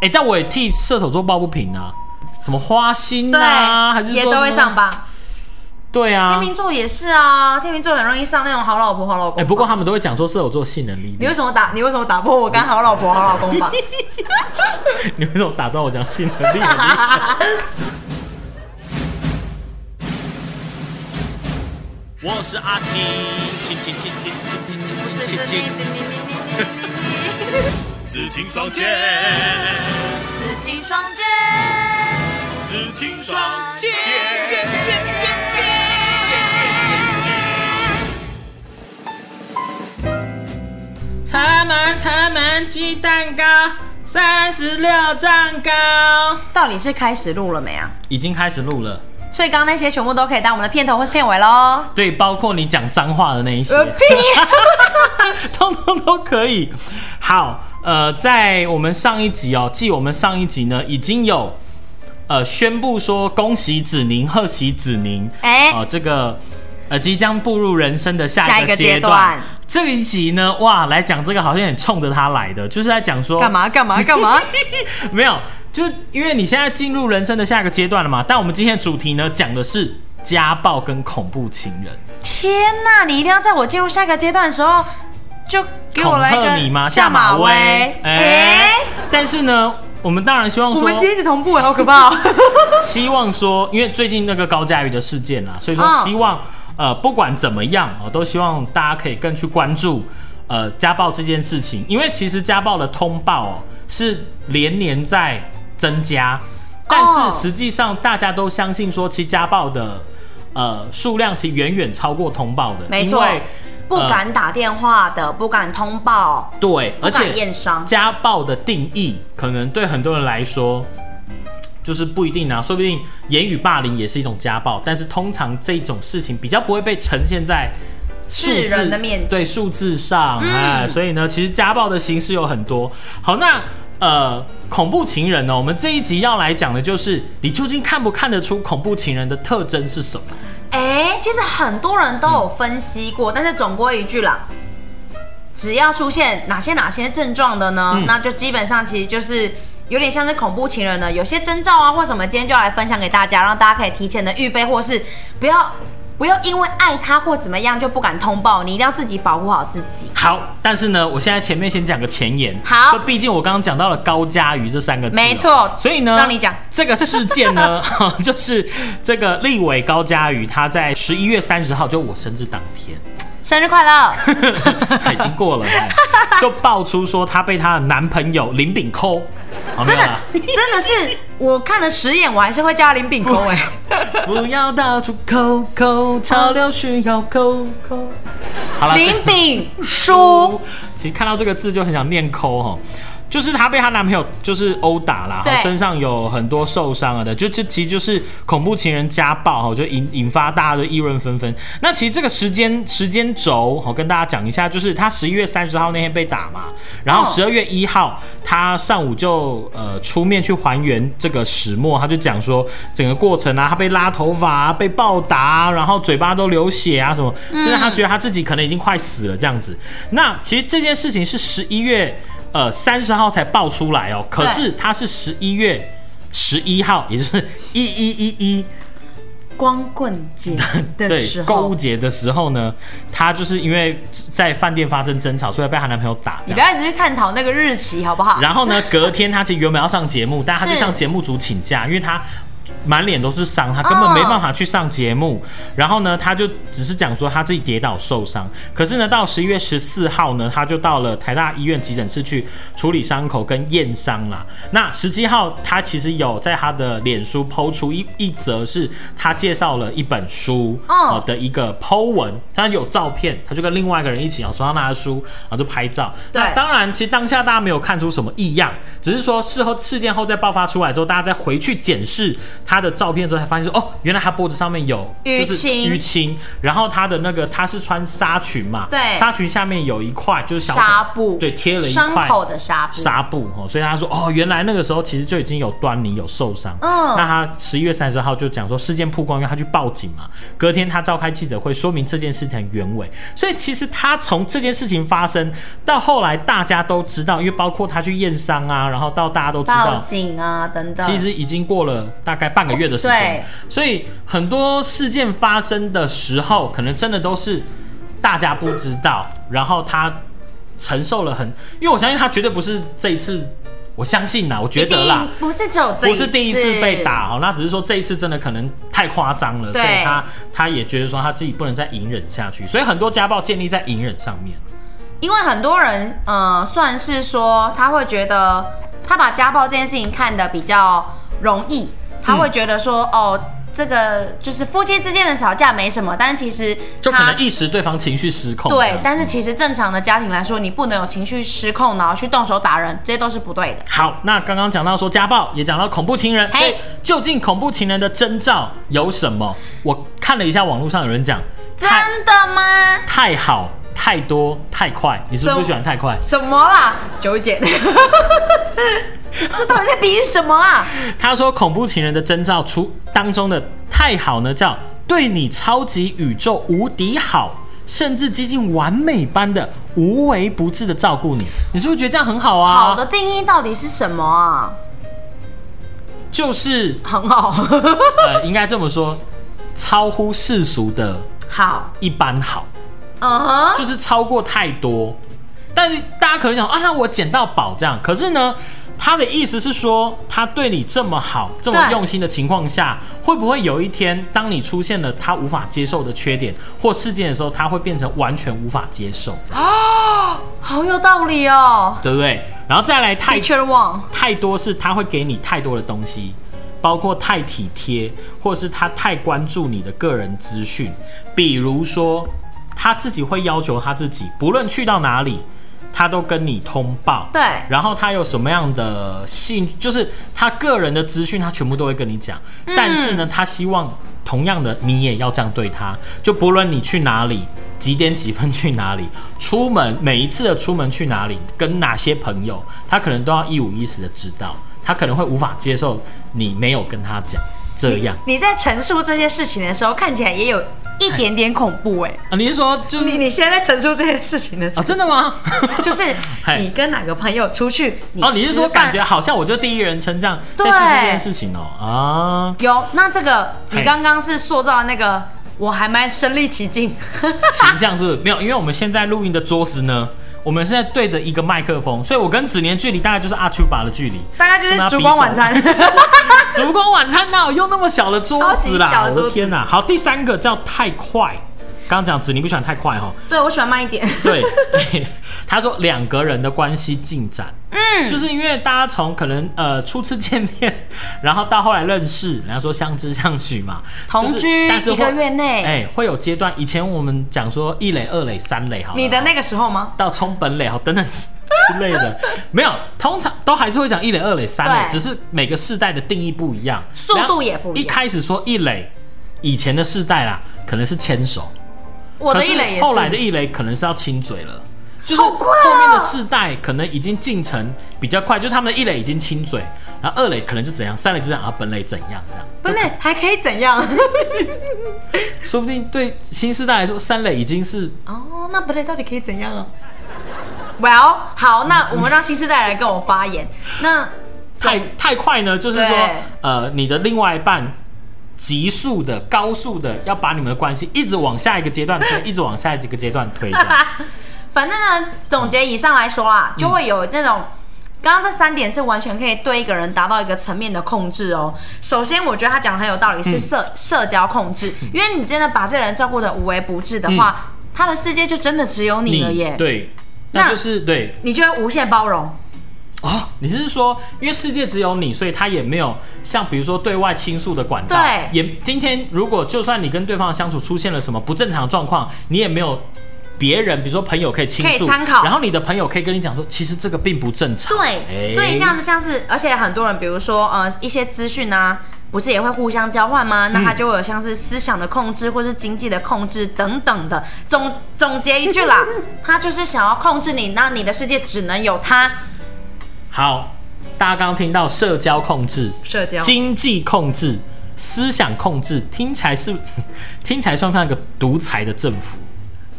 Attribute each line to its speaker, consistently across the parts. Speaker 1: 哎、但我也替射手座抱不平啊，什么花心啊，还是
Speaker 2: 对，也
Speaker 1: 说
Speaker 2: 都会
Speaker 1: 什么
Speaker 2: 上。榜。
Speaker 1: 对
Speaker 2: 天
Speaker 1: 啊，
Speaker 2: 秤座也是啊，天秤座很容易上那种好老婆、好老
Speaker 1: 哎、
Speaker 2: 公。
Speaker 1: 不过他们都会讲说射手座性能力
Speaker 2: 你为
Speaker 1: 劣。
Speaker 2: 什么打？你为什么打破我刚好老婆、好老公榜？
Speaker 1: 你为什么打断我讲性能力很厉害？我是阿青，青青青青青青青青青青，紫青双剑，
Speaker 2: 紫青双剑，
Speaker 1: 紫青
Speaker 2: 双
Speaker 1: 剑。城门城门鸡蛋糕，三十六丈高。
Speaker 2: 到底是开始录了没啊？
Speaker 1: 已经开始录了，
Speaker 2: 所以刚刚那些全部都可以当我们的片头或是片尾喽。
Speaker 1: 对，包括你讲脏话的那一些，
Speaker 2: 呃屁
Speaker 1: 通通都可以。好，呃，在我们上一集哦，继我们上一集呢，已经有呃宣布说恭喜子宁，贺喜子宁，
Speaker 2: 哎
Speaker 1: 哦、这个呃即将步入人生的下
Speaker 2: 下
Speaker 1: 一
Speaker 2: 一
Speaker 1: 个
Speaker 2: 个
Speaker 1: 阶
Speaker 2: 阶
Speaker 1: 段
Speaker 2: 段。
Speaker 1: 这一集呢，哇，来讲这个好像也冲着他来的，就是在讲说
Speaker 2: 干嘛干嘛干嘛？
Speaker 1: 没有，就因为你现在进入人生的下个阶段了嘛。但我们今天的主题呢，讲的是家暴跟恐怖情人。
Speaker 2: 天哪！你一定要在我进入下个阶段的时候，就给我来
Speaker 1: 恐吓你
Speaker 2: 一
Speaker 1: 吗？
Speaker 2: 个
Speaker 1: 下马威。
Speaker 2: 哎、
Speaker 1: 哎、但是呢，我们当然希望
Speaker 2: 我
Speaker 1: 说
Speaker 2: 们，今天一直同步，好可怕、哦！
Speaker 1: 希望说，因为最近那个高佳瑜的事件啦，啊所以说
Speaker 2: 嗯
Speaker 1: 希望、呃，不管怎么样哦，都希望大家可以更去关注呃家暴这件事情，因为其实家暴的通报哦是连年在增加，但
Speaker 2: 哦
Speaker 1: 是实际上大家都相信说，其实家暴的呃数量其实远远超过通报的，
Speaker 2: 没
Speaker 1: 因
Speaker 2: 错
Speaker 1: 为
Speaker 2: 不敢打电话的，不敢通报，
Speaker 1: 对，
Speaker 2: 不
Speaker 1: 而且
Speaker 2: 敢验伤。
Speaker 1: 家暴的定义，可能对很多人来说，就是不一定啊，说不定言语霸凌也是一种家暴，但是通常这种事情比较不会被呈现在数字
Speaker 2: 世人的面前嗯
Speaker 1: 对数字上，哎、所以呢，其实家暴的形式有很多。好，那呃，恐怖情人呢，我们这一集要来讲的就是，你究竟看不看得出恐怖情人的特征是什么？
Speaker 2: 哎、其实很多人都有分析过，但是总归一句啦，只要出现哪些哪些症状的呢，
Speaker 1: 嗯
Speaker 2: 那就基本上其实就是有点像是恐怖情人了。有些征兆啊或什么，今天就要来分享给大家，让大家可以提前的预备，或是不要不要因为爱他或怎么样就不敢通报，你一定要自己保护好自己。
Speaker 1: 好，但是呢，我现在前面先讲个前言。
Speaker 2: 好
Speaker 1: 就毕竟我刚刚讲到了高佳瑜这三个字哦，
Speaker 2: 没错
Speaker 1: 所以呢，
Speaker 2: 让你讲
Speaker 1: 这个事件 呢，就是这个立委高佳瑜，他在十一月三十号，就我生日当天，
Speaker 2: 生日快乐！
Speaker 1: 已经过了， 哎就爆出说她被她的男朋友林炳抠，好没
Speaker 2: 真
Speaker 1: 有
Speaker 2: 的
Speaker 1: 啦
Speaker 2: 真的是我看了十眼，我还是会叫他林炳抠哎。
Speaker 1: 不要到处抠抠，潮流需要抠抠。好了，这
Speaker 2: 林炳书，
Speaker 1: 哦其实看到这个字就很想念抠哈，就是她被她男朋友就是殴打啦，
Speaker 2: 对
Speaker 1: 齁身上有很多受伤了的，就这其实就是恐怖情人家暴哈，齁就引引发大家的议论纷纷。那其实这个时间时间轴好跟大家讲一下，就是她十一月三十号那天被打嘛，然后
Speaker 2: 哦
Speaker 1: 十二月一号她上午就呃出面去还原这个始末，她就讲说整个过程啊，她被拉头发、啊、被暴打啊、然后嘴巴都流血啊什么，
Speaker 2: 嗯
Speaker 1: 甚至她觉得她自己可能已经快死了这样子。那其实这件事情是十一月呃三十号才爆出来哦，可
Speaker 2: 对
Speaker 1: 是她是十一月十一号，也就是一一一一
Speaker 2: 光棍节的
Speaker 1: 对
Speaker 2: 时
Speaker 1: 购物
Speaker 2: 候，
Speaker 1: 节的时候呢，她就是因为在饭店发生争吵，所以被她男朋友打这
Speaker 2: 你
Speaker 1: 样
Speaker 2: 不。要一直去探讨那个日期好不好？
Speaker 1: 然后呢，隔天他其实原本要上节目，但他就是向节目组请假，因为他。满脸都是伤，他根本
Speaker 2: 哦
Speaker 1: 没办法去上节目。然后呢，他就只是讲说他自己跌倒受伤。可是呢，到十一月十四号呢，他就到了台大医院急诊室去处理伤口跟验伤啦。那十七号，他其实有在他的脸书抛出一一则，是他介绍了一本书
Speaker 2: 哦
Speaker 1: 呃的一个 Po 文，他有照片，他就跟另外一个人一起啊，手上拿着书，然后就拍照。
Speaker 2: 对
Speaker 1: 那当当然，其实当下大家没有看出什么异样，只是说事后事件后再爆发出来之后，大家再回去检视他的照片之后，才发现说哦，原来他脖子上面有
Speaker 2: 淤
Speaker 1: 就是
Speaker 2: 青
Speaker 1: 淤青，然后他的那个他是穿纱裙嘛，
Speaker 2: 对
Speaker 1: 纱裙下面有一块就是小
Speaker 2: 纱布
Speaker 1: 对，贴了一
Speaker 2: 伤
Speaker 1: 块
Speaker 2: 口的纱布，
Speaker 1: 纱布哦，所以他说哦，原来那个时候其实就已经有端倪有受伤。
Speaker 2: 嗯
Speaker 1: 那他十一月三十号就讲说事件曝光，因为他去报警嘛。隔天他召开记者会，说明这件事情的原委。所以其实他从这件事情发生到后来大家都知道，因为包括他去验伤啊，然后到大家都知
Speaker 2: 报
Speaker 1: 道。
Speaker 2: 警啊等等。
Speaker 1: 其实已经过了大概半个月的时间
Speaker 2: 对，
Speaker 1: 所以很多事件发生的时候，可能真的都是大家不知道，然后他承受了很，因为我相信他绝对不是这一次，我相信啊啦，我觉得啦
Speaker 2: 一，定不是只有这
Speaker 1: 不是第一次被，打哦，那只是说这一次真的可能太夸张了，所
Speaker 2: 对
Speaker 1: 以他他也觉得说他自己不能再隐忍下去，所以很多家暴建立在隐忍上面，
Speaker 2: 因为很多人呃，算是说他会觉得他把家暴这件事情看得比较容易，他
Speaker 1: 嗯
Speaker 2: 会觉得说、哦，这个就是夫妻之间的吵架没什么，但其实
Speaker 1: 就可
Speaker 2: 他
Speaker 1: 能一时对方情绪失控这样，
Speaker 2: 对，但是其实正常的家庭来说，你不能有情绪失控，然后去动手打人，这些都是不对的。
Speaker 1: 好，那刚刚讲到说家暴，也讲到恐怖情人，
Speaker 2: 嘿
Speaker 1: 所以究竟恐怖情人的征兆有什么？我看了一下网络上有人讲，太
Speaker 2: 真的吗？
Speaker 1: 太好、太多、太快，你是不是不喜欢太快？
Speaker 2: 什么啦，九一 姐？这到底在比喻什么啊？
Speaker 1: 他说恐怖情人的征兆出当中的太好呢，叫对你超级宇宙无敌好，甚至接近完美般的无微不至的照顾你，你是不是觉得这样很好啊？
Speaker 2: 好的，定义到底是什么啊？
Speaker 1: 就是
Speaker 2: 很好，
Speaker 1: 呃，应该这么说，超乎世俗的
Speaker 2: 好，
Speaker 1: 一般好。
Speaker 2: 嗯哼，
Speaker 1: 就是超过太多。但大家可能想啊，那我捡到宝这样。可是呢，他的意思是说，他对你这么好、这么
Speaker 2: 对
Speaker 1: 用心的情况下，会不会有一天，当你出现了他无法接受的缺点或事件的时候，他会变成完全无法接受，这样
Speaker 2: 啊好有道理哦。
Speaker 1: 对不对？然后再来太
Speaker 2: Teacher Wang，
Speaker 1: 太多是他会给你太多的东西，包括太体贴，或是他太关注你的个人资讯，比如说他自己会要求他自己，不论去到哪里，他都跟你通报。
Speaker 2: 对
Speaker 1: 然后他有什么样的兴，就是他个人的资讯，他全部都会跟你讲。但是呢，他希望同样的你也要这样对他，就不论你去哪里，几点几分去哪里， 出门每一次的出门去哪里，跟哪些朋友，他可能都要一五一十的知道，他可能会无法接受你没有跟他讲这样。
Speaker 2: 你在陈述这些事情的时候，看起来也有一点点恐怖哎。
Speaker 1: 啊，你是说就是
Speaker 2: 你你现在在陈述这些事情的时
Speaker 1: 啊，
Speaker 2: 候，
Speaker 1: 真的吗？
Speaker 2: 就是
Speaker 1: 嗨
Speaker 2: 你跟哪个朋友出去，
Speaker 1: 哦，你是说
Speaker 2: 吃饭
Speaker 1: 感觉好像我就第一人称这样在
Speaker 2: 对
Speaker 1: 叙述这件事情哦啊？
Speaker 2: 有？那这个你
Speaker 1: 嘿
Speaker 2: 刚刚是塑造那个，我还蛮身临其境。
Speaker 1: 形象是不是没有，因为我们现在录音的桌子呢，我们现在对着一个麦克风，所以我跟子年距离大概就是阿丘巴的距离。
Speaker 2: 大概就是烛光晚餐。
Speaker 1: 烛光晚餐哪有用那么小的桌子啦？
Speaker 2: 超级小的桌子
Speaker 1: 我的天哪！好，第三个叫太快。刚刚讲子宁不喜欢太快哈，
Speaker 2: 对我喜欢慢一点。
Speaker 1: 对，他说两个人的关系进展，嗯，就是因为大家从可能呃初次见面，然后到后来认识，人家说相知相许嘛，
Speaker 2: 同
Speaker 1: 就是
Speaker 2: 居
Speaker 1: 但是
Speaker 2: 一个
Speaker 1: 会
Speaker 2: 月内
Speaker 1: 哎、会有阶段。以前我们讲说一垒、二垒、三垒，好了，
Speaker 2: 你的那个时候吗？
Speaker 1: 到冲本垒好等等之之类 的，没有，通常都还是会讲一垒、二垒、三垒，
Speaker 2: 对
Speaker 1: 只是每个世代的定义不一样，
Speaker 2: 速度也不一样
Speaker 1: 一开始说一垒，以前的世代啦，可能是牵手，
Speaker 2: 我的
Speaker 1: 可是
Speaker 2: 一垒也是。
Speaker 1: 后来的一垒可能是要亲嘴了。就是
Speaker 2: 好
Speaker 1: 后
Speaker 2: 快哦
Speaker 1: 面的世代可能已经进程比较快，就是他们的一垒已经亲嘴，然后二垒可能就怎样，三垒就这样啊，本垒怎样这样，
Speaker 2: 不是还可以怎样？
Speaker 1: 说不定对新世代来说，三垒已经是
Speaker 2: 哦，那不对，到底可以怎样啊？Well，好，那我们让新世代来跟我发言。那
Speaker 1: 太太快呢，就是说
Speaker 2: 对，
Speaker 1: 呃，你的另外一半急速的、高速的要把你们的关系一直往下一个阶段推，一直往下一个阶段推这样。
Speaker 2: 反正呢，总结以上来说啊，就会有那种。刚刚这三点是完全可以对一个人达到一个层面的控制哦。首先，我觉得他讲的很有道理，是社、社交控制，因为你真的把这个人照顾的无微不至的话，他的世界就真的只有 你了耶。，
Speaker 1: 对，
Speaker 2: 那
Speaker 1: 那就是对
Speaker 2: 你就会无限包容。啊
Speaker 1: 哦，你是说，因为世界只有你，所以他也没有像比如说对外倾诉的管道。
Speaker 2: 对
Speaker 1: 也今天如果就算你跟对方的相处出现了什么不正常的状况，你也没有。别人，比如说朋友可以倾
Speaker 2: 可以
Speaker 1: 诉，
Speaker 2: 参考
Speaker 1: 然后你的朋友可以跟你讲说，其实这个并不正常。
Speaker 2: 对，
Speaker 1: 哎
Speaker 2: 所以这样子像是，而且很多人，比如说呃一些资讯啊，不是也会互相交换
Speaker 1: 嗯
Speaker 2: 吗？那他就会有像是思想的控制，或是经济的控制等等的。总总结一句 啦，他就是想要控制你，那你的世界只能有他。
Speaker 1: 好，大家刚刚听到社交控制、
Speaker 2: 社交
Speaker 1: 经济控制、思想控制，听起来是 听起来像不像一个独裁的政府？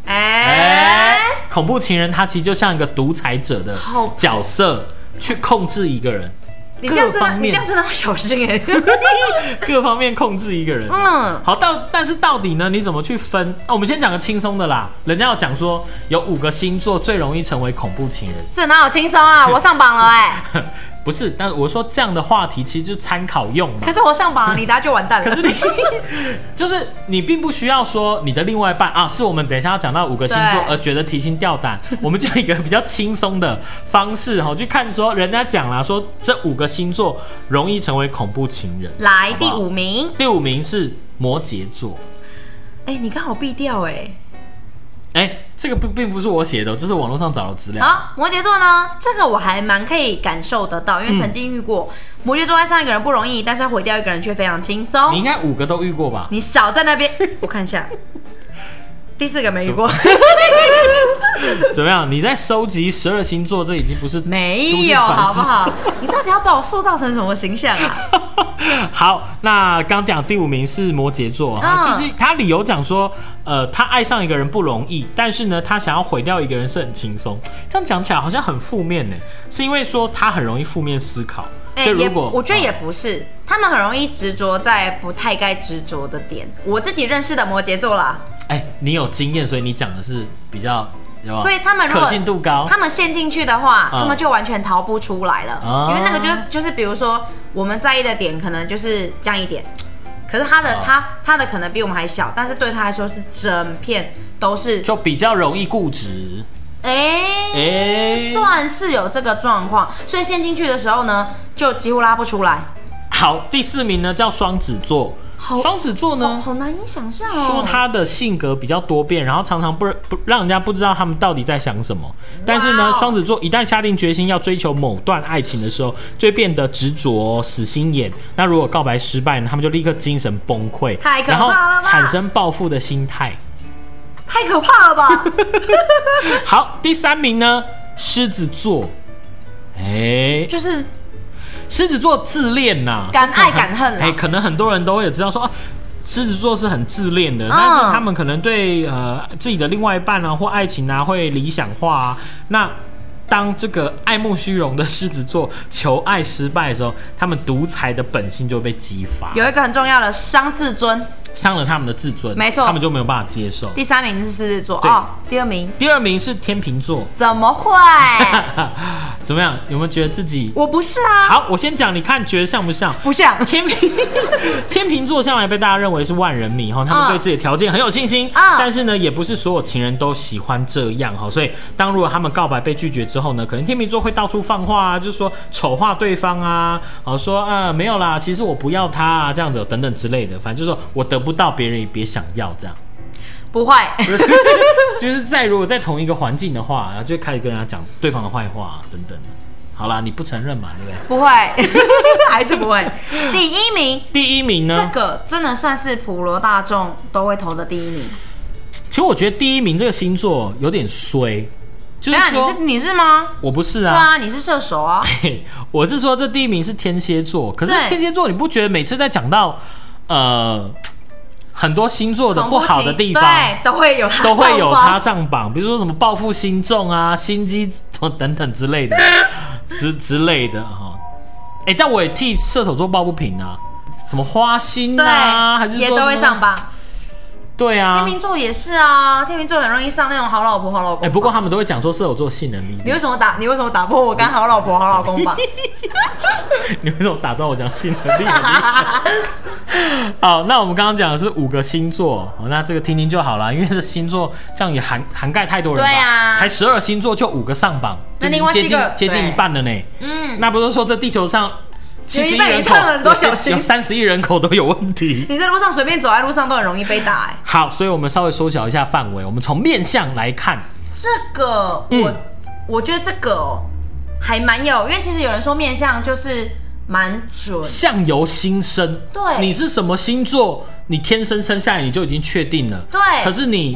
Speaker 2: 哎、
Speaker 1: 哎、恐怖情人他其实就像一个独裁者的
Speaker 2: 好恐
Speaker 1: 角色，去控制一个人，
Speaker 2: 你这样
Speaker 1: 各
Speaker 2: 真的，
Speaker 1: 方
Speaker 2: 你这
Speaker 1: 面
Speaker 2: 样真的要小 心哎、
Speaker 1: 各方面控制一个人。
Speaker 2: 嗯，
Speaker 1: 好，到但是到底呢？你怎么去分？啊、我们先讲个轻松的啦。人家要讲说有五个星座最容易成为恐怖情人，
Speaker 2: 这哪有轻松啊？我上榜了哎、
Speaker 1: 不是？但我说这样的话题其实就参考用嘛
Speaker 2: 可。是我上榜了，你等下就完蛋了。
Speaker 1: 可是你就是你并不需要说你的另外一半啊，是我们等一下要讲到五个星座
Speaker 2: 对
Speaker 1: 而觉得提心吊 胆，我们就用一个比较轻松的方式哦哈去看说人家讲啦，说这五个星座容易成为恐怖情人。
Speaker 2: 来
Speaker 1: 好不
Speaker 2: 第
Speaker 1: 好
Speaker 2: 五名，
Speaker 1: 第五名是摩羯座，
Speaker 2: 哎、你刚好避掉哎、
Speaker 1: 哎、这个并并不是我写的哦，这是网络上找的资料。
Speaker 2: 好，摩羯座呢，这个我还蛮可以感受得到，因为曾经遇过、摩羯座爱上一个人不容易，但是毁掉一个人却非常轻松。
Speaker 1: 你应该五个都遇过吧？
Speaker 2: 你少在 那边，我看一下，第四个没遇过，
Speaker 1: 怎么样？你在收集十二星座，这已经不是
Speaker 2: 没
Speaker 1: 都市
Speaker 2: 有，
Speaker 1: 传
Speaker 2: 好不
Speaker 1: 说
Speaker 2: 好？你到底要把我塑造成什么形象啊？
Speaker 1: 好，那刚讲第五名是摩羯座啊，
Speaker 2: 嗯
Speaker 1: 就是他理由讲说，呃，他爱上一个人不容易，但是呢，他想要毁掉一个人是很轻松。这样讲起来好像很负面呢，是因为说他很容易负面思考，
Speaker 2: 哎、
Speaker 1: 所以
Speaker 2: 也
Speaker 1: 如果
Speaker 2: 我觉得也
Speaker 1: 哦
Speaker 2: 不是，他们很容易执着在不太该执着的点。我自己认识的摩羯座啦，
Speaker 1: 哎、你有经验，所以你讲的是比较，有没有
Speaker 2: 所以他们如果
Speaker 1: 可信度高
Speaker 2: 他，们陷进去的话，
Speaker 1: 嗯
Speaker 2: 他们就完全逃不出来了，
Speaker 1: 哦
Speaker 2: 因为那个就就是比如说我们在意的点可能就是这样一点，可是他的、
Speaker 1: 哦
Speaker 2: 他他的可能比我们还小，但是对他来说是整片都是，
Speaker 1: 就比较容易固执，
Speaker 2: 哎、
Speaker 1: 哎、
Speaker 2: 算是有这个状况，所以陷进去的时候呢，就几乎拉不出来，
Speaker 1: 好，第四名呢叫双子座，
Speaker 2: 好
Speaker 1: 双子座
Speaker 2: 好
Speaker 1: 呢。
Speaker 2: 好难以想象哦。
Speaker 1: 说他的性格比较多变，然后常常不不让人家不知道他们到底在想什么。但是呢，
Speaker 2: 哇哦
Speaker 1: 双子座一旦下定决心要追求某段爱情的时候，就会变得执着、死心眼。那如果告白失败呢，他们就立刻精神崩溃，
Speaker 2: 太可怕
Speaker 1: 然
Speaker 2: 了
Speaker 1: 后
Speaker 2: 吧
Speaker 1: 产生报复的心态。
Speaker 2: 太可怕 了吧？
Speaker 1: 好，第三名呢，狮子座。哎，
Speaker 2: 就是
Speaker 1: 狮子座自恋呐、
Speaker 2: 敢爱敢恨啊 啦
Speaker 1: 哎、可能很多人都会有知道说，啊狮子座是很自恋的，
Speaker 2: 嗯
Speaker 1: 但是他们可能对呃自己的另外一半啊或爱情啊会理想化啊。那当这个爱慕虚荣的狮子座求爱失败的时候，他们独裁的本性就会被激发，
Speaker 2: 有一个很重要的伤自尊。
Speaker 1: 伤了他们的自尊，
Speaker 2: 没错
Speaker 1: 他们就没有办法接受。
Speaker 2: 第三名是狮子座
Speaker 1: 对
Speaker 2: 哦，第二名
Speaker 1: 第二名是天秤座，
Speaker 2: 怎么会？
Speaker 1: 怎么样？有没有觉得自己？
Speaker 2: 我不是啊，
Speaker 1: 好，我先讲，你看觉得像不像？
Speaker 2: 不像。
Speaker 1: 天平天秤座向来被大家认为是万人迷哈，他们对自己的条件很有信心，
Speaker 2: 嗯
Speaker 1: 但是呢，也不是所有情人都喜欢这样哈，所以当如果他们告白被拒绝之后呢，可能天秤座会到处放话啊，就是说丑化对方啊，哦说啊没有啦，其实我不要他啊这样子等等之类的，反正就是说我得不到别人也别想要这样，
Speaker 2: 不会，
Speaker 1: 就是在如果在同一个环境的话，然后就开始跟人家讲对方的坏话、啊、等等的。好啦，你不承认嘛，对不对？
Speaker 2: 不会， 还是不会。第一名，
Speaker 1: 第一名呢？
Speaker 2: 这个真的算是普罗大众都会投的第一名。
Speaker 1: 其实我觉得第一名这个星座有点衰，就
Speaker 2: 对
Speaker 1: 是
Speaker 2: 啊，你
Speaker 1: 说
Speaker 2: 是你是吗？
Speaker 1: 我不是
Speaker 2: 对
Speaker 1: 啊，
Speaker 2: 啊，你是射手啊。
Speaker 1: 嘿 我是说这第一名是天蝎座，可是
Speaker 2: 对
Speaker 1: 天蝎座你不觉得每次在讲到呃很多星座的
Speaker 2: 恐
Speaker 1: 不
Speaker 2: 怖情
Speaker 1: 好的地方，
Speaker 2: 对，都会有他
Speaker 1: 都会
Speaker 2: 上
Speaker 1: 有
Speaker 2: 榜
Speaker 1: 它上榜，比如说什么报复心重啊、心机等等之 类的之之类的哈。哎、但我也替射手座抱不平啊，什么花心啊，还是
Speaker 2: 对，也
Speaker 1: 说
Speaker 2: 都会
Speaker 1: 什么
Speaker 2: 上榜。
Speaker 1: 对啊
Speaker 2: 天。秤座也是啊，天秤座很容易上那种好老婆、好老公
Speaker 1: 哎、。不过他们都会讲说射手座性能力
Speaker 2: 你为什么打？你为什么打破我刚好老婆好老 公吧？
Speaker 1: 你为什么打断我讲性能 力？好，那我们刚刚讲的是五个星座，好那这个听听就好了，因为这星座这样也涵涵盖太多人吧，
Speaker 2: 对啊
Speaker 1: 才十二星座就五个上榜，
Speaker 2: 那
Speaker 1: 就已经
Speaker 2: 另外
Speaker 1: 接
Speaker 2: 七
Speaker 1: 近
Speaker 2: 个
Speaker 1: 接近一
Speaker 2: 对
Speaker 1: 半了呢。
Speaker 2: 嗯，
Speaker 1: 那不是说这地球上七十亿
Speaker 2: 一半以
Speaker 1: 人口
Speaker 2: 上的人都小
Speaker 1: 有
Speaker 2: 心
Speaker 1: 有三十亿人口都有问题。
Speaker 2: 你在路上随便走在路上都很容易被打、哎，
Speaker 1: 好，所以我们稍微缩小一下范围，我们从面相来看，
Speaker 2: 这个我、
Speaker 1: 嗯
Speaker 2: 我觉得这个、哦、还蛮有，因为其实有人说面相就是蛮准。
Speaker 1: 相由心生，
Speaker 2: 对
Speaker 1: 你是什么星座，你天生生下来你就已经确定了。
Speaker 2: 对
Speaker 1: 可是你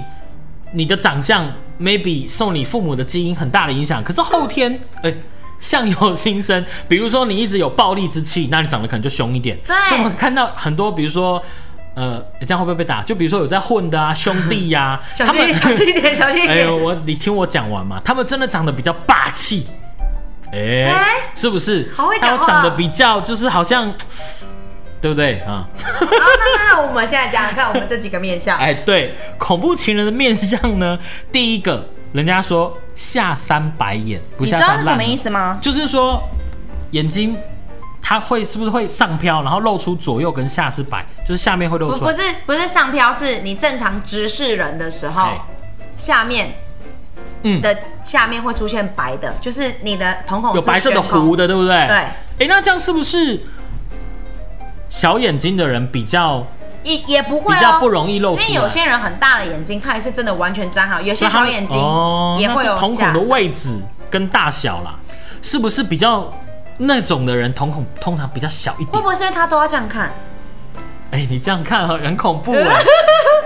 Speaker 1: 你的长相 maybe 受你父母的基因很大的影响，可是后天哎。相由心生，比如说你一直有暴力之气，那你长得可能就凶一点。
Speaker 2: 对
Speaker 1: 所以我们看到很多，比如说，呃，这样会不会被打？就比如说有在混的啊，兄弟呀、
Speaker 2: 小
Speaker 1: 他们
Speaker 2: 心，小心一 点，小 心一
Speaker 1: 哎
Speaker 2: 点。哦
Speaker 1: 呦，我你听我讲完嘛，他们真的长得比较霸气，哎、
Speaker 2: 哎
Speaker 1: 是不是？
Speaker 2: 好会
Speaker 1: 他
Speaker 2: 讲
Speaker 1: 们
Speaker 2: 话
Speaker 1: 长得比较就是好像，对不对啊？
Speaker 2: 好，那那那我们现在讲讲看，我们这几个面相。
Speaker 1: 哎，对，恐怖情人的面相呢，第一个，人家说下三白眼，不
Speaker 2: 你知
Speaker 1: 下
Speaker 2: 道
Speaker 1: 三
Speaker 2: 是什
Speaker 1: 烂
Speaker 2: 么意
Speaker 1: 眼，
Speaker 2: 思吗？
Speaker 1: 就是说眼睛。它会是不是会上飘，然后露出左右跟下是白，就是下面会露
Speaker 2: 不，
Speaker 1: 出
Speaker 2: 不
Speaker 1: 来。
Speaker 2: 是，不是上飘，是你正常直视人的时候
Speaker 1: 哎，
Speaker 2: 下面
Speaker 1: 嗯，
Speaker 2: 的下面会出现白的，就是你的瞳孔
Speaker 1: 有
Speaker 2: 是
Speaker 1: 白色的
Speaker 2: 悬空
Speaker 1: 弧。的，对不对？
Speaker 2: 对
Speaker 1: 哎、那这样是不是小眼睛的人比较
Speaker 2: 也也不会、哦、
Speaker 1: 比较不容易露
Speaker 2: 因
Speaker 1: 出来，
Speaker 2: 为有些人很大的眼睛，他也是真的完全粘好；有
Speaker 1: 所
Speaker 2: 些
Speaker 1: 以他
Speaker 2: 小
Speaker 1: 们
Speaker 2: 眼睛
Speaker 1: 哦
Speaker 2: 也会有
Speaker 1: 那是瞳
Speaker 2: 下
Speaker 1: 孔的位置跟大小啦，是不是比较那种的人瞳孔通常比较小一
Speaker 2: 会
Speaker 1: 点
Speaker 2: 不？会是因为他都要这样看？
Speaker 1: 哎、你这样看哦很恐怖 哎，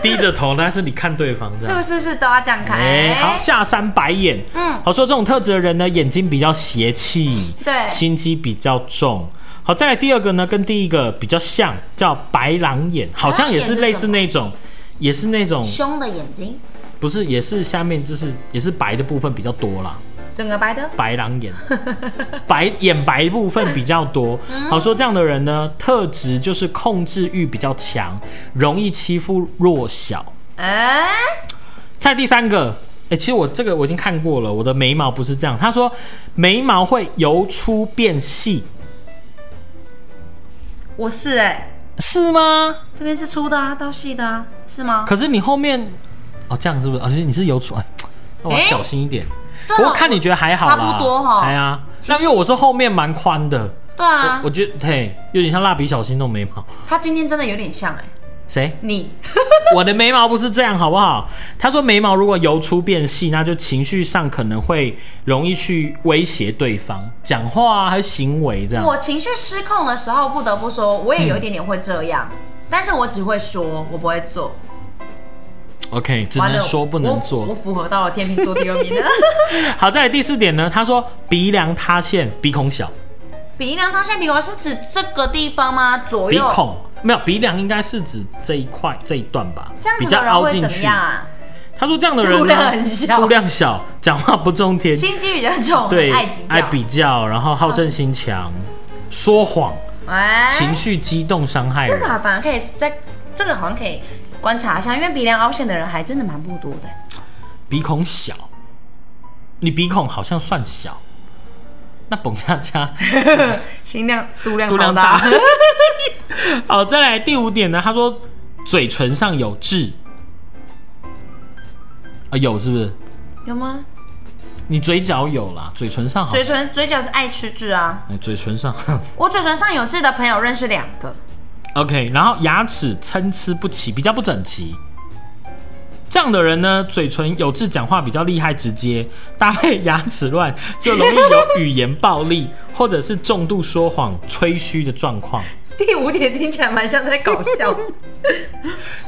Speaker 1: 低着头，但是你看对方这
Speaker 2: 是不
Speaker 1: 样。
Speaker 2: 是是都要这样看？
Speaker 1: 哎、好，下三白眼。
Speaker 2: 嗯，
Speaker 1: 好说这种特质的人呢，眼睛比较邪气，
Speaker 2: 对
Speaker 1: 心机比较重。好，再来第二个呢，跟第一个比较像，叫白狼眼，好像也是类似那种，也是那种，
Speaker 2: 凶的眼睛，
Speaker 1: 不是，也是下面就是也是白的部分比较多啦。
Speaker 2: 整个白的，
Speaker 1: 白狼眼， 白眼白部分比较多。
Speaker 2: 嗯
Speaker 1: 好说这样的人呢，特质就是控制欲比较强，容易欺负弱小。
Speaker 2: 哎、
Speaker 1: 在第三个，哎、其实我这个我已经看过了，我的眉毛不是这样。他说眉毛会由粗变细，
Speaker 2: 我是哎、
Speaker 1: 是吗？
Speaker 2: 这边是粗的啊，到细的啊，是吗？
Speaker 1: 可是你后面，哦，这样是不是？而、哦、且你是由粗，哎，那我要
Speaker 2: 哎
Speaker 1: 小心一点。
Speaker 2: 对啊
Speaker 1: 不过看你觉得还好啦，
Speaker 2: 差不多哈
Speaker 1: 哎呀，
Speaker 2: 其实
Speaker 1: 那因为我是后面蛮宽的，
Speaker 2: 对啊
Speaker 1: 我，我觉得嘿，有点像蜡笔小新那种眉毛。
Speaker 2: 他今天真的有点像哎、
Speaker 1: 谁？
Speaker 2: 你
Speaker 1: 我的眉毛不是这样，好不好？他说眉毛如果由粗变细，那就情绪上可能会容易去威胁对方讲话啊，还有行为这样。
Speaker 2: 我情绪失控的时候，不得不说，我也有一点点会这样，
Speaker 1: 嗯
Speaker 2: 但是我只会说，我不会做。
Speaker 1: OK，只
Speaker 2: 完
Speaker 1: 能
Speaker 2: 了
Speaker 1: 说不能
Speaker 2: 我我
Speaker 1: 做。
Speaker 2: 符合到了天秤座第二名 了。
Speaker 1: 好，再来第四点呢，他说鼻梁塌陷，鼻孔小，
Speaker 2: 鼻梁塌陷鼻孔是指这个地方吗？左
Speaker 1: 鼻
Speaker 2: 右？
Speaker 1: 孔没有鼻梁应该是指这一块这一段吧，
Speaker 2: 这样
Speaker 1: 比
Speaker 2: 子
Speaker 1: 较
Speaker 2: 的人
Speaker 1: 凹
Speaker 2: 会
Speaker 1: 进
Speaker 2: 怎么
Speaker 1: 去
Speaker 2: 样。啊？
Speaker 1: 他说这样的人呢
Speaker 2: 度 量很小
Speaker 1: 度量小，讲话不中天，
Speaker 2: 心机比较重，
Speaker 1: 对，
Speaker 2: 哦爱计较，
Speaker 1: 爱比较，然后好胜心强，说谎，
Speaker 2: 哎，
Speaker 1: 情绪激动，伤害
Speaker 2: 这
Speaker 1: 人
Speaker 2: 个。好反而可以在这个好像可以观察一下，因为鼻梁凹陷的人还真的蛮不多的。
Speaker 1: 鼻孔小，你鼻孔好像算小，那董恰 恰
Speaker 2: 心量度量
Speaker 1: 度量
Speaker 2: 超
Speaker 1: 大
Speaker 2: 大，。
Speaker 1: 好，哦再来第五点呢，他说嘴唇上有痣，啊、有是不是？
Speaker 2: 有吗？
Speaker 1: 你嘴角有啦，嘴唇上好像
Speaker 2: 嘴，唇嘴角是爱吃痣啊，
Speaker 1: 哎嘴唇上
Speaker 2: 我嘴唇上有痣的朋友认识两个，
Speaker 1: OK，然后牙齿参差不齐，比较不整齐。这样的人呢，嘴唇有痣，讲话比较厉害直接，搭配牙齿乱，就容易有语言暴力，或者是重度说谎、吹嘘的状况，
Speaker 2: 第五点听起来蛮像在搞笑。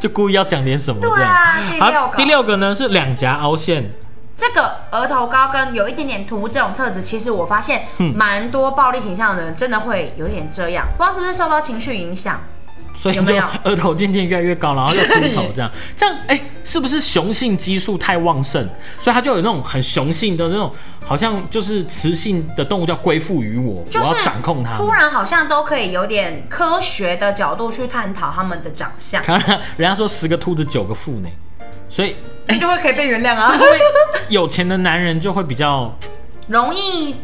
Speaker 1: 就故意要讲点什么这
Speaker 2: 对
Speaker 1: 样。
Speaker 2: 啊，第六
Speaker 1: 好
Speaker 2: 个，
Speaker 1: 第六个呢是两颊凹陷，
Speaker 2: 这个额头高跟有一点点凸这种特质，其实我发现蛮多暴力倾向的人真的会有点这样，不知道是不是受到情绪影响。
Speaker 1: 所以
Speaker 2: 有没
Speaker 1: 就
Speaker 2: 有
Speaker 1: 额头渐渐越来越高，然后又秃头 这样。这样哎、是不是雄性激素太旺盛，所以它就有那种很雄性的那种，好像就是雌性的动物叫归附于我，
Speaker 2: 就是
Speaker 1: 我要掌控它们。
Speaker 2: 突然好像都可以有点科学的角度去探讨他们的长相，
Speaker 1: 可能人家说十个秃子九个富呢，所以
Speaker 2: 那就会可以被原谅啊
Speaker 1: 会不会有钱的男人就会比较哎
Speaker 2: 容易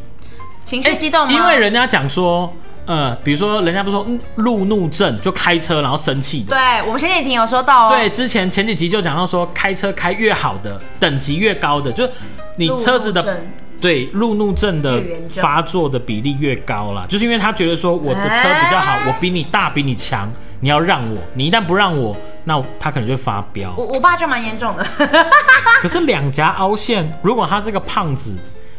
Speaker 2: 情绪激动吗？
Speaker 1: 因为人家讲说，呃，比如说人家不是说嗯路怒症，就开车然后生气的。
Speaker 2: 对我们前几天有说到哦，
Speaker 1: 对，之前前几集就讲到说，开车开越好的，等级越高的，就是你
Speaker 2: 路
Speaker 1: 车子
Speaker 2: 怒
Speaker 1: 的
Speaker 2: 症
Speaker 1: 对路怒症的
Speaker 2: 越严重
Speaker 1: 发作的比例越高啦，就是因为他觉得说我的车比较好，
Speaker 2: 哎
Speaker 1: 我比你大，比你强，你要让我，你一旦不让我，那他可能就会发飙。
Speaker 2: 我我爸就蛮严重的，
Speaker 1: 可是两颊凹陷，如果他是个胖子，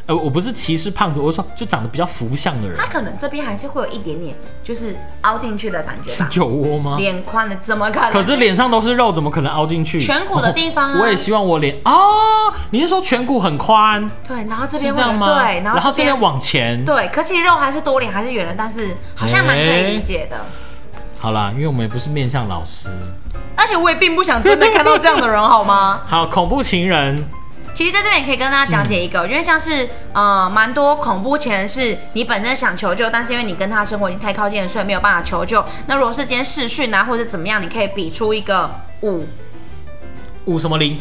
Speaker 1: 呃，我不是歧视胖子，我是说就长得比较福相的人
Speaker 2: 他，可能这边还是会有一点点就是凹进去的感觉
Speaker 1: 是
Speaker 2: 吧，
Speaker 1: 酒窝吗？
Speaker 2: 脸宽的怎么可能？
Speaker 1: 可是脸上都是肉，怎么可能凹进去？
Speaker 2: 颧骨的地方啊
Speaker 1: 我也希望我脸哦，你是说颧骨很宽，
Speaker 2: 对，然后这
Speaker 1: 是
Speaker 2: 边
Speaker 1: 这
Speaker 2: 会有
Speaker 1: 样吗？
Speaker 2: 对，然后
Speaker 1: 这边往前。
Speaker 2: 对，可其实肉还是多脸还是圆的，但是好像蛮可以理解的。
Speaker 1: 哎好啦，因为我们也不是面向老师。
Speaker 2: 而且我也并不想真的看到这样 的人，好吗？
Speaker 1: 好，恐怖情人，
Speaker 2: 其实在这里可以跟大家讲解一
Speaker 1: 嗯
Speaker 2: 个，因为像是呃，蛮多恐怖情人是你本身想求救，但是因为你跟他生活已经太靠近了，所以没有办法求救。那如果是今天视讯啊，或者怎么样，你可以比出一个五
Speaker 1: 五什么零？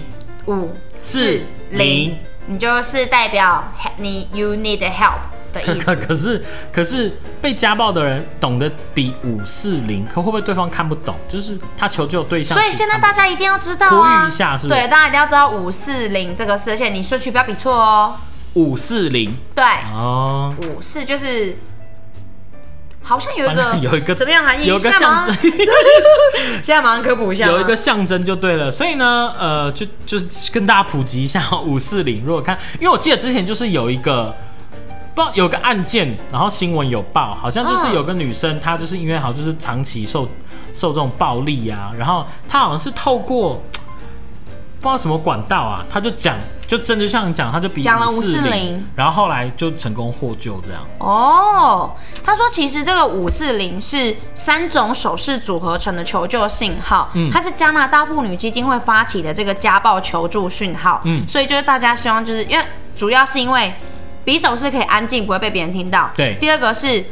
Speaker 2: 五
Speaker 1: 四零
Speaker 2: 零，你就是代表 he- 你 you need help 的
Speaker 1: 可
Speaker 2: 意思。
Speaker 1: 可 可是可是被家暴的人懂得比五四零，可会不会对方看不懂？就是他求救对象是看不懂。
Speaker 2: 所以现在大家一定要知道
Speaker 1: 呼
Speaker 2: 啊，
Speaker 1: 吁一下是不是
Speaker 2: 对，大家一定要知道五四零这个事，而且你顺序不要比错哦。
Speaker 1: 五四零
Speaker 2: 对，
Speaker 1: 哦，
Speaker 2: 五四就是好像有一
Speaker 1: 反
Speaker 2: 个
Speaker 1: 正有一个
Speaker 2: 什么样的含义？
Speaker 1: 有一个
Speaker 2: 现在马
Speaker 1: 象
Speaker 2: 上
Speaker 1: 征，
Speaker 2: 现在马上科普一下吗，
Speaker 1: 有一个象征就对了。所以呢，呃，就就是跟大家普及一下五四零。如果看，因为我记得之前就是有一个。不知道有个案件，然后新闻有报，好像就是有个女生，她就是因为好像就是长期受受这种暴力啊，然后她好像是透过不知道什么管道啊，她就讲，就真的像你讲，她就比
Speaker 2: 讲了
Speaker 1: 540
Speaker 2: 540
Speaker 1: 然后后来就成功获救这样。
Speaker 2: 哦，他说其实这个五四零是三种手势组合成的求救信号，
Speaker 1: 嗯
Speaker 2: 它是加拿大妇女基金会发起的这个家暴求助讯号，
Speaker 1: 嗯
Speaker 2: 所以就是大家希望就是因为主要是因为比手势可以安静，不会被别人听到，
Speaker 1: 对
Speaker 2: 第二个是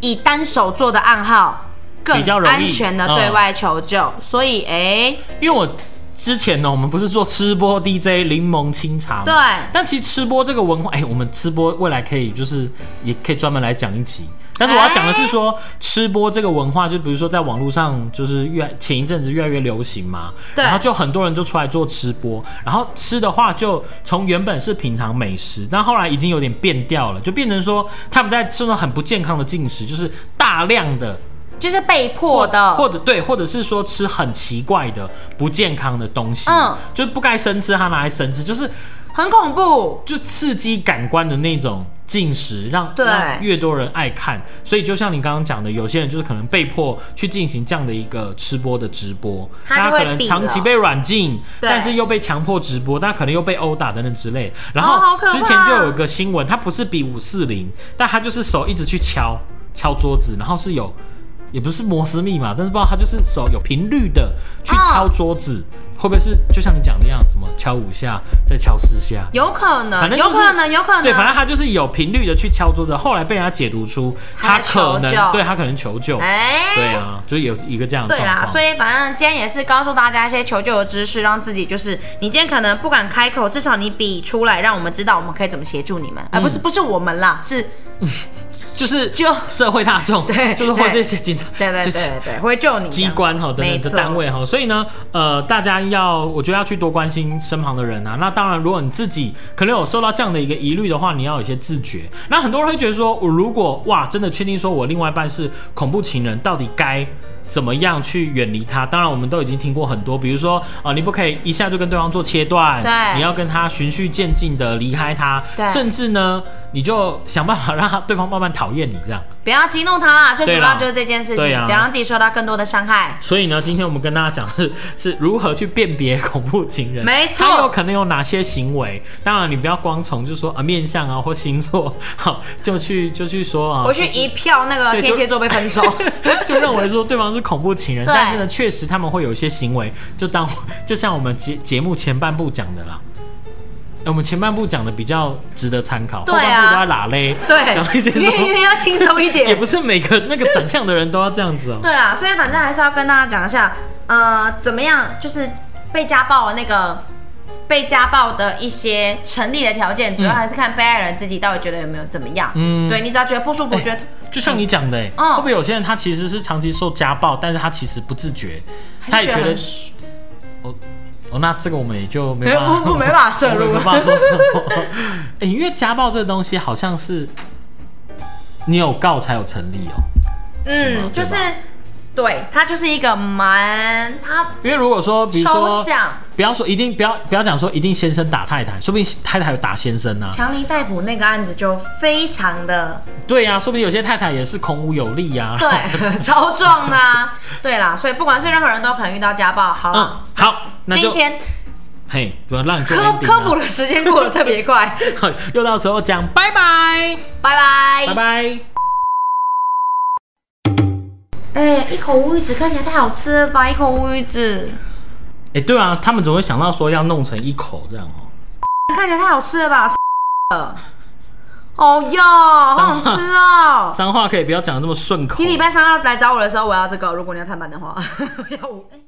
Speaker 2: 以单手做的暗号更
Speaker 1: 比较容易
Speaker 2: 安全的对外求救，
Speaker 1: 嗯
Speaker 2: 所以哎、
Speaker 1: 因为我之前呢，我们不是做吃播 DJ 柠檬清茶吗？
Speaker 2: 对
Speaker 1: 但其实吃播这个文化，哎、我们吃播未来可以就是也可以专门来讲一集。但是我要讲的是说，吃播这个文化，就比如说在网络上，就是越前一阵子越来越流行嘛，
Speaker 2: 对
Speaker 1: 然后就很多人就出来做吃播，然后吃的话就从原本是品尝美食，但后来已经有点变调了，就变成说他们在吃那种很不健康的进食，就是大量的
Speaker 2: 就是被迫的，
Speaker 1: 或者对，或者是说吃很奇怪的、不健康的东西，
Speaker 2: 嗯
Speaker 1: 就是不该生吃，他拿来生吃，就是
Speaker 2: 很恐怖。
Speaker 1: 就刺激感官的那种进食，让
Speaker 2: 对
Speaker 1: 让越多人爱看。所以就像你刚刚讲的，有些人就是可能被迫去进行这样的一个吃播的直播，
Speaker 2: 他就
Speaker 1: 那
Speaker 2: 会
Speaker 1: 可能
Speaker 2: 比
Speaker 1: 长期
Speaker 2: 了
Speaker 1: 被软禁，
Speaker 2: 对
Speaker 1: 但是又被强迫直播，但可能又被殴打等等之类。然后
Speaker 2: 哦好可
Speaker 1: 之前
Speaker 2: 怕
Speaker 1: 就有一个新闻，他不是比五四零，但他就是手一直去敲敲桌子，然后是有。也不是摩斯密码，但是不知道他就是手有频率的去
Speaker 2: 哦
Speaker 1: 敲桌子，会不会是就像你讲的那样，什么敲五下，再敲四下，
Speaker 2: 有可能，
Speaker 1: 反正、就
Speaker 2: 啊有
Speaker 1: 是、
Speaker 2: 可能，有可能。
Speaker 1: 对，反正他就是有频率的去敲桌子，后来被人家解读出他
Speaker 2: 他
Speaker 1: 可能
Speaker 2: 求救
Speaker 1: 对他可能求救，
Speaker 2: 哎、
Speaker 1: 对啊，就是有一个这样的
Speaker 2: 对
Speaker 1: 状
Speaker 2: 啦，
Speaker 1: 况。
Speaker 2: 所以反正今天也是告诉大家一些求救的知识，让自己就是你今天可能不敢开口，至少你比出来，让我们知道我们可以怎么协助你们，而、不是不是我们啦，是
Speaker 1: 就是
Speaker 2: 就
Speaker 1: 社会大众，
Speaker 2: 对
Speaker 1: 就是或者
Speaker 2: 对
Speaker 1: 是警察，
Speaker 2: 对对
Speaker 1: 就
Speaker 2: 对
Speaker 1: 是
Speaker 2: 对对，会救你这
Speaker 1: 机
Speaker 2: 样
Speaker 1: 关哈等
Speaker 2: 没
Speaker 1: 等的
Speaker 2: 错，
Speaker 1: 单位哈，所以呢，呃，大家要我觉得要去多关心身旁的人啊。那当然，如果你自己可能有受到这样的一个疑虑的话，你要有一些自觉。那很多人会觉得说，我如果哇真的确定说我另外一半是恐怖情人，到底该？怎么样去远离他？当然，我们都已经听过很多，比如说，呃，你不可以一下就跟对方做切断，
Speaker 2: 对
Speaker 1: 你要跟他循序渐进的离开他，
Speaker 2: 对
Speaker 1: 甚至呢，你就想办法让他对方慢慢讨厌你这样。
Speaker 2: 不要激怒他啦，最
Speaker 1: 对
Speaker 2: 主
Speaker 1: 啦
Speaker 2: 要就是这件事
Speaker 1: 对
Speaker 2: 情，
Speaker 1: 啊
Speaker 2: 不要让自己受到更多的伤害。
Speaker 1: 所以呢，今天我们跟大家讲是 是如何去辨别恐怖情人，
Speaker 2: 没错
Speaker 1: 他有可能有哪些行为。当然，你不要光从就说啊面相啊或星座， 好就去就去说啊，
Speaker 2: 回去一票那个
Speaker 1: 对就
Speaker 2: 天蝎座被分 手，
Speaker 1: 就认为说对方是恐怖情 人，
Speaker 2: 对
Speaker 1: 但是呢，确实他们会有一些行为，就当 就像我们节节目前半部讲的啦。呃我们前半部讲的比较值得参考，
Speaker 2: 对啊
Speaker 1: 后半部都在拉嘞，
Speaker 2: 对
Speaker 1: 讲了一些，
Speaker 2: 因
Speaker 1: 什
Speaker 2: 为因
Speaker 1: 么，
Speaker 2: 为要轻松一点
Speaker 1: 也，不是每个 那个长相的人都要这样子哦、
Speaker 2: 对啦，所以反正还是要跟大家讲一下，呃，怎么样就是被家暴的那个被家暴的一些成立的条件，主要还是看被害人自己到底觉得有没有怎么样。
Speaker 1: 嗯
Speaker 2: 嗯，对你只要觉得不舒服，觉得
Speaker 1: 就像你讲的、欸，
Speaker 2: 嗯
Speaker 1: 会不会有些人他其实是长期受家暴，但是他其实不自觉，哎他
Speaker 2: 还
Speaker 1: 也
Speaker 2: 是
Speaker 1: 觉得
Speaker 2: 很舒
Speaker 1: 哦，那这个我们也就没
Speaker 2: 没有
Speaker 1: 办法，
Speaker 2: 不不没办法摄 入
Speaker 1: 我们没办法说 什么。欸因为家暴这个东西好像是你有告才有成立哦、是吗
Speaker 2: 嗯，就是
Speaker 1: 对吧
Speaker 2: 对，它就是一个蛮它
Speaker 1: 因为如果说，比如
Speaker 2: 抽
Speaker 1: 说，
Speaker 2: 象，
Speaker 1: 不要说一定不要不要讲说一定先生打太太，说不定太太有打先生啊。
Speaker 2: 强尼逮捕那个案子就非常的
Speaker 1: 对呀、说不定有些太太也是孔武有力呀、啊。
Speaker 2: 对， 超重的、啊。对啦，所以不管是任何人都可能遇到家暴。好
Speaker 1: 嗯
Speaker 2: 啦，，
Speaker 1: 好，那
Speaker 2: 今
Speaker 1: 就
Speaker 2: 天
Speaker 1: 嘿，不要让你做
Speaker 2: 科
Speaker 1: ending 啊
Speaker 2: 科普，的时间过得特别 快，
Speaker 1: 又到时候讲拜拜，
Speaker 2: 拜拜
Speaker 1: 拜。拜。
Speaker 2: 哎、一口乌鱼子看起来太好吃了吧？一口乌鱼子
Speaker 1: 哎、对啊，他们怎么会想到说要弄成一口这样哦？
Speaker 2: 看起来太好吃了吧？哦哟，好
Speaker 1: 脏话
Speaker 2: 想吃哦！
Speaker 1: 脏话可以不要讲得这么顺口。
Speaker 2: 你礼拜三要来找我的时候，我要这个。如果你要探班的话，要五。哎